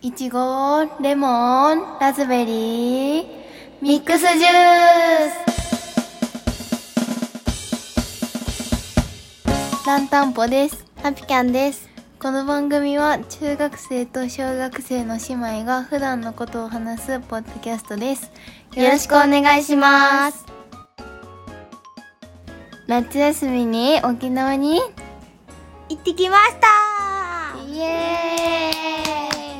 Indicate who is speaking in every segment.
Speaker 1: いちご、レモン、ラズベリー、ミックスジュースランタンポです。
Speaker 2: ハピキャンです。
Speaker 1: この番組は中学生と小学生の姉妹が普段のことを話すポッドキャストです。
Speaker 2: よろしくお願いします。
Speaker 1: 夏休みに沖縄に
Speaker 2: 行ってきました
Speaker 1: イエ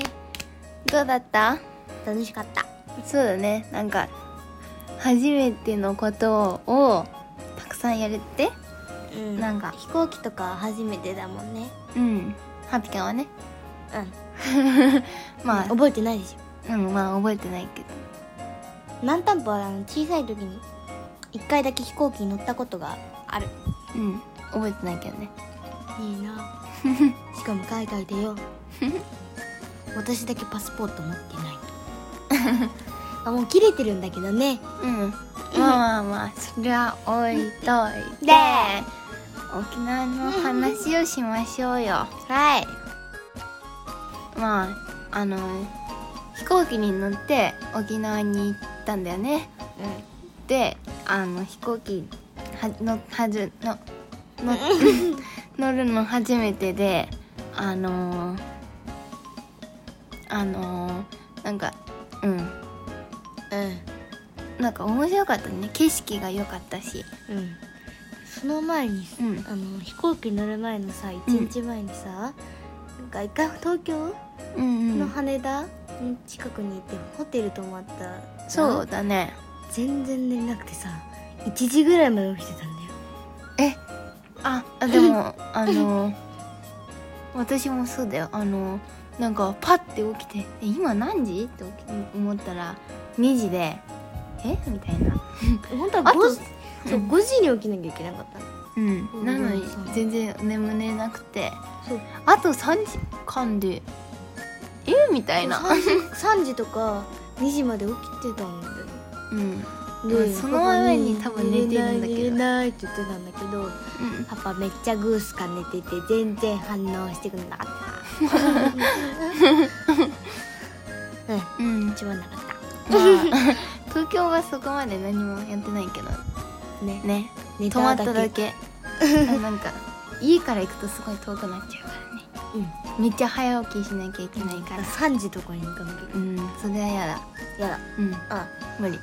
Speaker 1: ーイどうだった
Speaker 2: 楽しかった。
Speaker 1: そうだねなんか初めてのことをたくさんやれて
Speaker 2: うん
Speaker 1: なんか
Speaker 2: 飛行機とか初めてだもんね。
Speaker 1: うんハピキャンはね
Speaker 2: うん。
Speaker 1: まあ
Speaker 2: 覚えてないでし
Speaker 1: うんまあ覚えてないけど
Speaker 2: ょ。南丹波はあの小さい時に一回だけ飛行機に乗ったことがある。
Speaker 1: うん覚えてないけどね
Speaker 2: いいな。 しかも海外でよ。私だけパスポート持ってない。 あもう切れてるんだけどね。
Speaker 1: うんまあまあまあそれは置いといて
Speaker 2: で
Speaker 1: 沖縄の話をしましょうよ
Speaker 2: はい。
Speaker 1: まああの飛行機に乗って沖縄に行ったんだよねであの飛行機はのはじゅの の乗るの初めてであのー、あのー、なんかうん
Speaker 2: うん。
Speaker 1: なんか面白かったね景色が良かったし
Speaker 2: うん。うん。その前に
Speaker 1: うん
Speaker 2: あの飛行機乗る前のさ1
Speaker 1: うん
Speaker 2: 日前にさ、なんか一回東京
Speaker 1: うんう
Speaker 2: の
Speaker 1: ん
Speaker 2: 羽田の近くに行ってホテル泊まったじゃん
Speaker 1: そうだね
Speaker 2: 全然寝れなくてさ1時ぐらいまで起きてたんだよ
Speaker 1: えああでもあのー、私もそうだよあのーなんかパッて起きて「え今何時?」って起き思ったら2時で「えみたいな
Speaker 2: 本当は
Speaker 1: あと
Speaker 2: 5, 時そ
Speaker 1: う
Speaker 2: う
Speaker 1: ん
Speaker 2: 5時に起きなきゃいけなかったの
Speaker 1: うん、なのに
Speaker 2: うんそう
Speaker 1: 全然眠れなくて
Speaker 2: そう
Speaker 1: あと3時間でえみたいな、
Speaker 2: 3時3時とか2時まで起きてたんだよ
Speaker 1: うん、
Speaker 2: で
Speaker 1: まあその上に多分寝てるんだけど
Speaker 2: 寝れない寝れないって言ってたんだけどパパめっちゃグースか寝てて全然反応してくれなか った。うん、
Speaker 1: うん、 ま
Speaker 2: 一番なかっ
Speaker 1: あ東京はそこまで何もやってないけど
Speaker 2: た。ね、
Speaker 1: ね
Speaker 2: 寝
Speaker 1: 泊まっただ
Speaker 2: だ
Speaker 1: けなんか家から行くとすごい遠くなっちゃうから
Speaker 2: けうん、
Speaker 1: ねめっちゃ早起きしなきゃいけないから
Speaker 2: 三時とかに行かなきゃいけ
Speaker 1: うんそれはやだ
Speaker 2: ない。や
Speaker 1: うん
Speaker 2: だ。あ、
Speaker 1: 無理、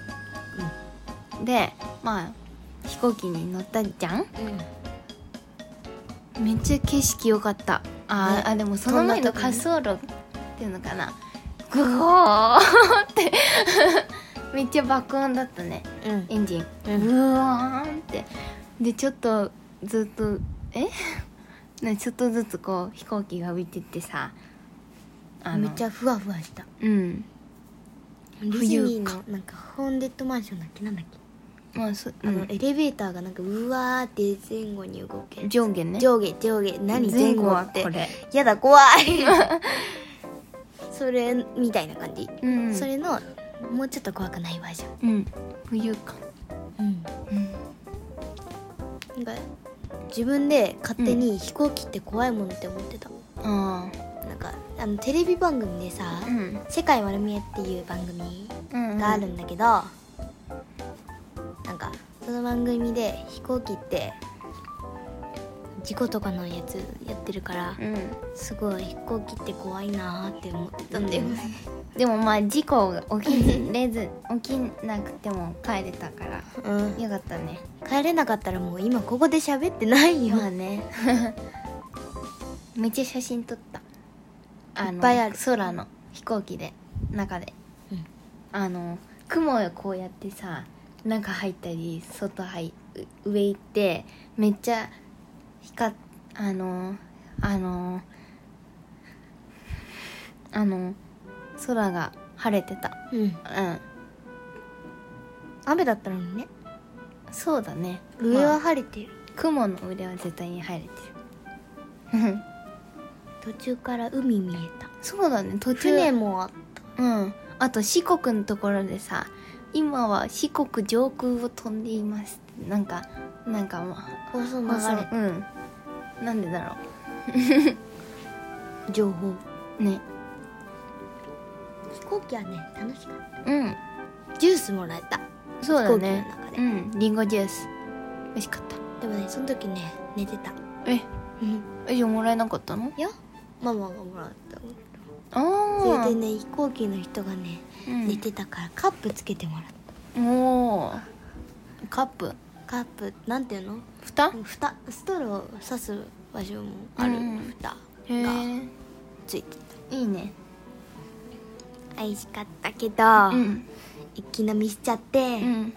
Speaker 1: でまあ飛行機に乗ったじゃん
Speaker 2: うん、
Speaker 1: めっちゃ景色良かったあー、
Speaker 2: ね
Speaker 1: あでもその前の
Speaker 2: どん
Speaker 1: 滑
Speaker 2: なと
Speaker 1: 走
Speaker 2: こ
Speaker 1: 路っていうのか なグゴーって めっちゃ爆音だったね
Speaker 2: うん、
Speaker 1: エンジン
Speaker 2: う、
Speaker 1: うんわーんってでちょっとずっとえ ねちょっとずつこう飛行機が浮いてってさ
Speaker 2: めっちゃふわふわした。
Speaker 1: うん
Speaker 2: ディズニーのなんかホーンデッドマンションだっけなんだっけ。
Speaker 1: まあそ、
Speaker 2: あ
Speaker 1: うん
Speaker 2: のエレベーターがなんかうわーって前後に動ける。
Speaker 1: 上下ね
Speaker 2: 上下上下何前
Speaker 1: 前
Speaker 2: 後
Speaker 1: 後は
Speaker 2: って
Speaker 1: これ
Speaker 2: やだ怖 いそれみたいな感じ、
Speaker 1: うん
Speaker 2: それのもうちょっと怖くないバージョン
Speaker 1: うん浮遊感、
Speaker 2: うん
Speaker 1: うん、
Speaker 2: なんか自分で勝手に飛行機って怖いものって思ってた、
Speaker 1: あ
Speaker 2: なんかあのテレビ番組でさ
Speaker 1: あうん
Speaker 2: 「世界丸見え」っていう番組
Speaker 1: うん
Speaker 2: があるんだけど、なんかその番組で飛行機って事故とかのやつやってるから
Speaker 1: うん
Speaker 2: すごい飛行機って怖いなーって思ってたんだよ、
Speaker 1: うんでもまあ事故が起きれず起きなくても帰れたから
Speaker 2: うん、
Speaker 1: よかったね
Speaker 2: 帰れなかったらもう今ここで喋ってないよ、
Speaker 1: まあね めっちゃ写真撮ったの
Speaker 2: いっぱいある
Speaker 1: 空の飛行機で中で、
Speaker 2: うん
Speaker 1: あの雲をこうやってさ中入ったり外入う上行ってめっちゃ光っあのあのあの空が晴れてた
Speaker 2: うん、
Speaker 1: うん
Speaker 2: 雨だったのにね
Speaker 1: そうだね
Speaker 2: 上
Speaker 1: ま
Speaker 2: は
Speaker 1: あ
Speaker 2: 晴れてる、
Speaker 1: 雲の上は絶対に晴れて る
Speaker 2: 途中から海見えた
Speaker 1: そうだね途中
Speaker 2: 船もあっ
Speaker 1: うん、あと四国のところでさ「今は四国上空を飛んでいます」なんかなんかま
Speaker 2: た放送
Speaker 1: あ
Speaker 2: 流
Speaker 1: まあそううんなんでだろ
Speaker 2: れ情報
Speaker 1: うね
Speaker 2: 行機はね楽しかっ
Speaker 1: うん
Speaker 2: たジュースもらえた
Speaker 1: そうだね
Speaker 2: 飛行機の中で
Speaker 1: うんリンゴジュース美味しかった
Speaker 2: でもねその時ね寝てた
Speaker 1: え
Speaker 2: うん
Speaker 1: えじゃあもらえなかったの
Speaker 2: いやママがもらった
Speaker 1: あ
Speaker 2: そ
Speaker 1: あ
Speaker 2: れでね飛行機の人がね
Speaker 1: うん
Speaker 2: 寝てたからカップつけてもらっ
Speaker 1: もうカップ
Speaker 2: たカップなんていうの
Speaker 1: 蓋
Speaker 2: 蓋ストロー刺す場所もある
Speaker 1: うん
Speaker 2: 蓋が
Speaker 1: へえ
Speaker 2: ついて
Speaker 1: いいね
Speaker 2: た美味しかったけど、
Speaker 1: うん
Speaker 2: 一気飲みしちゃって
Speaker 1: う、ん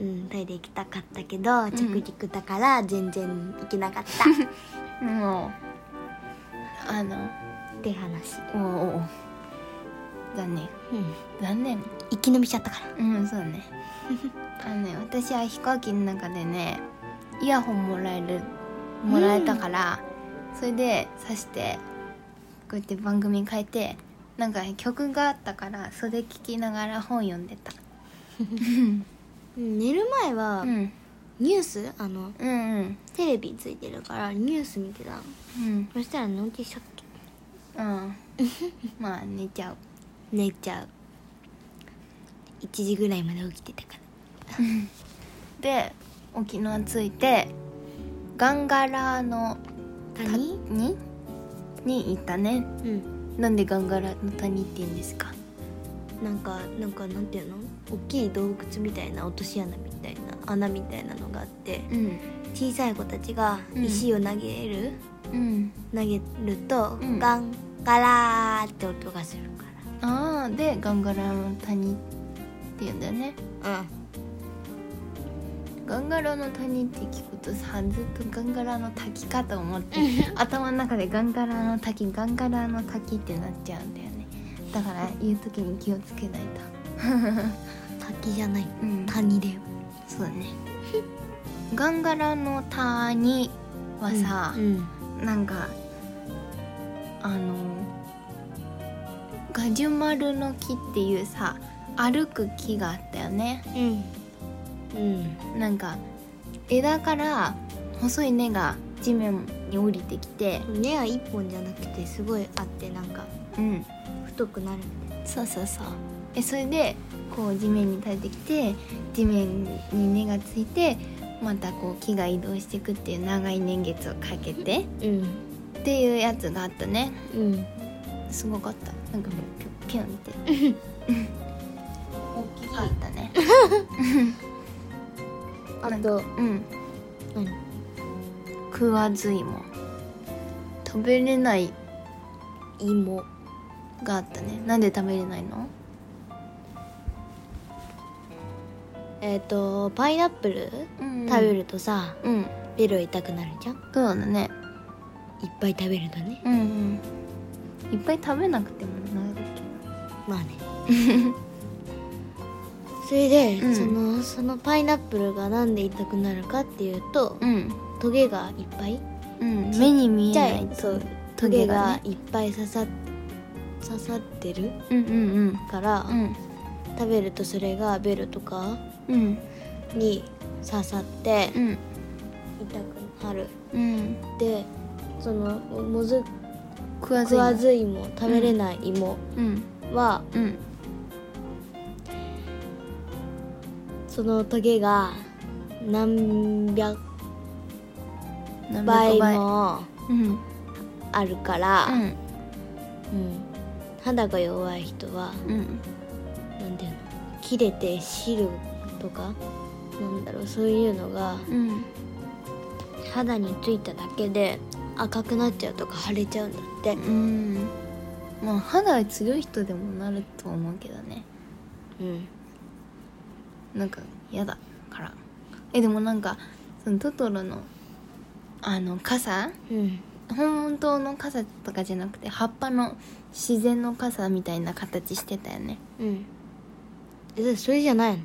Speaker 2: うんトイレ行きたかったけど
Speaker 1: ん
Speaker 2: 着陸だから全然行けな かった、
Speaker 1: もうあの
Speaker 2: って話、
Speaker 1: おうおう残念
Speaker 2: うん、
Speaker 1: 残念
Speaker 2: 一気飲みしちゃったか
Speaker 1: うんそうね あのね私は飛行機の中でねイヤホンもらえるもらえたから、それで挿してこうやって番組変えてなんかね曲があったからそれ聞きながら本読んでた、
Speaker 2: ら、寝る前は、
Speaker 1: うん、
Speaker 2: ニュースあの
Speaker 1: うんうん
Speaker 2: テレビついてるからニュース見てたの
Speaker 1: うん
Speaker 2: そしたらのんきしゃっけ
Speaker 1: うんまあ寝ちゃう
Speaker 2: 寝ちゃう1時ぐらいまで起きてたか
Speaker 1: で沖縄着いてガンガラの
Speaker 2: ら谷
Speaker 1: にに行ったね
Speaker 2: うん
Speaker 1: なんでガンガラの谷って言うんですか
Speaker 2: なんかなんかなんていうの大きい洞窟みたいな落とし穴みたいな穴みたいなのがあって
Speaker 1: うん
Speaker 2: 小さい子たちが
Speaker 1: うん
Speaker 2: 石を投げる、
Speaker 1: うん
Speaker 2: 投げると、
Speaker 1: うん
Speaker 2: ガンガラーって音がするか
Speaker 1: ああでガンガラの谷っていうんだよね
Speaker 2: ら
Speaker 1: ガンガラの谷って聞くとさずっとガンガラの滝かと思って頭の中でガンガラの滝ガンガラの滝ってなっちゃうんだよねだから言う時に気をつけないと
Speaker 2: 滝じゃない
Speaker 1: うん
Speaker 2: 谷だよ
Speaker 1: そうだねガンガラの谷はさ
Speaker 2: う、ん
Speaker 1: なんかあのガジュマルの木っていうさ歩く木があったよね
Speaker 2: うんうん
Speaker 1: なんか枝から細い根が地面に降りてきて
Speaker 2: 根は一本じゃなくてすごいあってなんか
Speaker 1: うん
Speaker 2: 太くなる
Speaker 1: そうそうそうえそれでこう地面に垂れてきて地面に根がついてまたこう木が移動していくっていう長い年月をかけて
Speaker 2: うん
Speaker 1: っていうやつがあったね
Speaker 2: うん
Speaker 1: すごかったなんかもうピュンピュンって
Speaker 2: 大きい
Speaker 1: あったね
Speaker 2: あと
Speaker 1: うん
Speaker 2: うん
Speaker 1: 食わず芋食べれない
Speaker 2: 芋
Speaker 1: があったねなんで食べれないの
Speaker 2: えっ、とパイナップル
Speaker 1: うん
Speaker 2: 食べるとさ、
Speaker 1: うん
Speaker 2: ベロ痛くなるじゃんいっ
Speaker 1: そうだね
Speaker 2: ぱい食べるとね
Speaker 1: うんうんいっぱい食べなくてもなんだっ
Speaker 2: まあね それで、
Speaker 1: うん
Speaker 2: そのそのパイナップルがなんで痛くなるかっていうと、
Speaker 1: けうん
Speaker 2: トゲがいっぱい
Speaker 1: うん目に見え
Speaker 2: じゃ
Speaker 1: ない
Speaker 2: あそう
Speaker 1: ト
Speaker 2: ト
Speaker 1: ゲ
Speaker 2: ゲ
Speaker 1: が
Speaker 2: が
Speaker 1: ね
Speaker 2: いっぱい刺さっ刺さってる
Speaker 1: うんうん
Speaker 2: から、
Speaker 1: うん
Speaker 2: 食べるとそれがベロとか
Speaker 1: うん
Speaker 2: に刺さって
Speaker 1: うん
Speaker 2: 痛くなる
Speaker 1: うん
Speaker 2: でそのもず
Speaker 1: 食わず
Speaker 2: 食
Speaker 1: 芋
Speaker 2: わず芋食べれない芋
Speaker 1: うん
Speaker 2: は、
Speaker 1: うん
Speaker 2: そのトゲが何百
Speaker 1: 何
Speaker 2: 倍
Speaker 1: 百
Speaker 2: も
Speaker 1: うん
Speaker 2: あるから、
Speaker 1: う
Speaker 2: うん
Speaker 1: ん
Speaker 2: 肌が弱い人は
Speaker 1: うん
Speaker 2: なんていうの切れて汁とかなんだろうそういうのが
Speaker 1: うん
Speaker 2: 肌についただけで赤くなっちゃうとか腫れちゃうんだって
Speaker 1: うんまあ肌が強い人でもなると思うけどね
Speaker 2: うん
Speaker 1: なんか嫌だからえでもなんかそのトトロのあの傘
Speaker 2: うん
Speaker 1: 本当の傘とかじゃなくて葉っぱの自然の傘みたいな形してたよね
Speaker 2: うんえそれじゃないの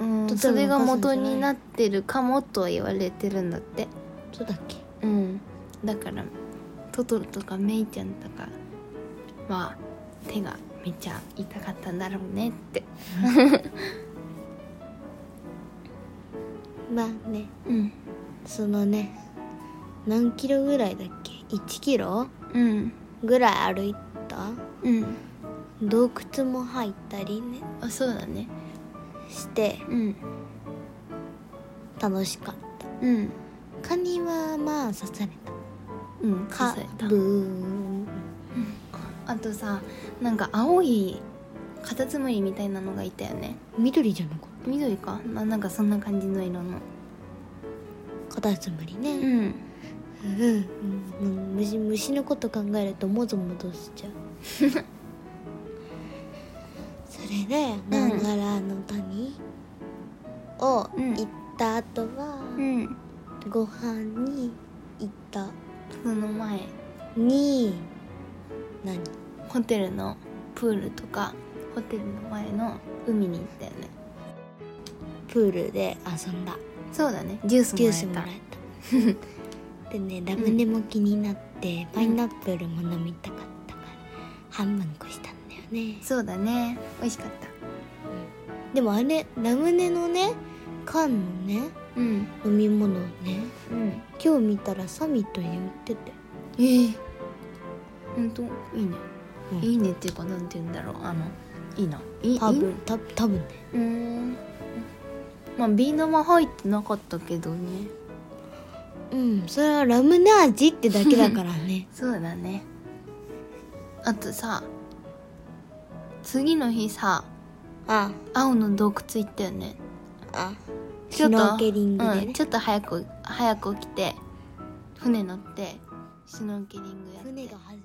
Speaker 1: うん
Speaker 2: トトロ
Speaker 1: そ
Speaker 2: の
Speaker 1: れが元になってるかもとは言われてるんだって
Speaker 2: そうだっけ
Speaker 1: うんだからトトロとかメイちゃんとかは手がめっちゃ痛かったんだろうねって
Speaker 2: まあね
Speaker 1: うん
Speaker 2: そのね何キロぐらいだっけ1キロ
Speaker 1: うん
Speaker 2: ぐらい歩いた
Speaker 1: うん
Speaker 2: 洞窟も入ったりね
Speaker 1: あそうだね
Speaker 2: して
Speaker 1: うん
Speaker 2: 楽しかった
Speaker 1: うん
Speaker 2: カニはまあ刺された
Speaker 1: うん
Speaker 2: か
Speaker 1: 刺された
Speaker 2: ブーン
Speaker 1: あとさなんか青いカタツムリみたいなのがいたよね
Speaker 2: 緑じゃなかっ
Speaker 1: 緑かななんかそんな感じの色の
Speaker 2: たカタツムリね、
Speaker 1: うん
Speaker 2: うんうん虫虫のこと考えるともぞもぞしちゃう それでガンガラの谷を
Speaker 1: うん
Speaker 2: 行った後は、
Speaker 1: うん
Speaker 2: ご飯に行った
Speaker 1: その前
Speaker 2: に何
Speaker 1: ホテルのプールとかホテルの前の海に行ったよね
Speaker 2: プールで遊んだ
Speaker 1: そうだねジュース
Speaker 2: ジュースも
Speaker 1: も
Speaker 2: ら
Speaker 1: ら
Speaker 2: え
Speaker 1: え
Speaker 2: た でねラムネも気になって、パイナップルも飲みたかったから半分こしたんだよね
Speaker 1: たそうだね美味しかった
Speaker 2: でもあれラムネのね缶のね
Speaker 1: うん
Speaker 2: 飲み物ね
Speaker 1: うん
Speaker 2: 今日見たらサミットに売ってて、
Speaker 1: ええ本当いいね
Speaker 2: うん
Speaker 1: いいねっていうかなんて言うんだろうあのいいないい
Speaker 2: 多
Speaker 1: いい
Speaker 2: 分た多分ね
Speaker 1: うーんまあビー玉入ってなかったけどね
Speaker 2: うんそれはラムネ味ってだけだからね
Speaker 1: そうだねあとさ次の日さ
Speaker 2: あ
Speaker 1: 青の洞窟行ったよね
Speaker 2: あ
Speaker 1: ちょっ
Speaker 2: シュ
Speaker 1: と
Speaker 2: ノーケリングでね、
Speaker 1: うん、ちょっと早く早く起きて船乗ってシュノーケリングやって
Speaker 2: 船が始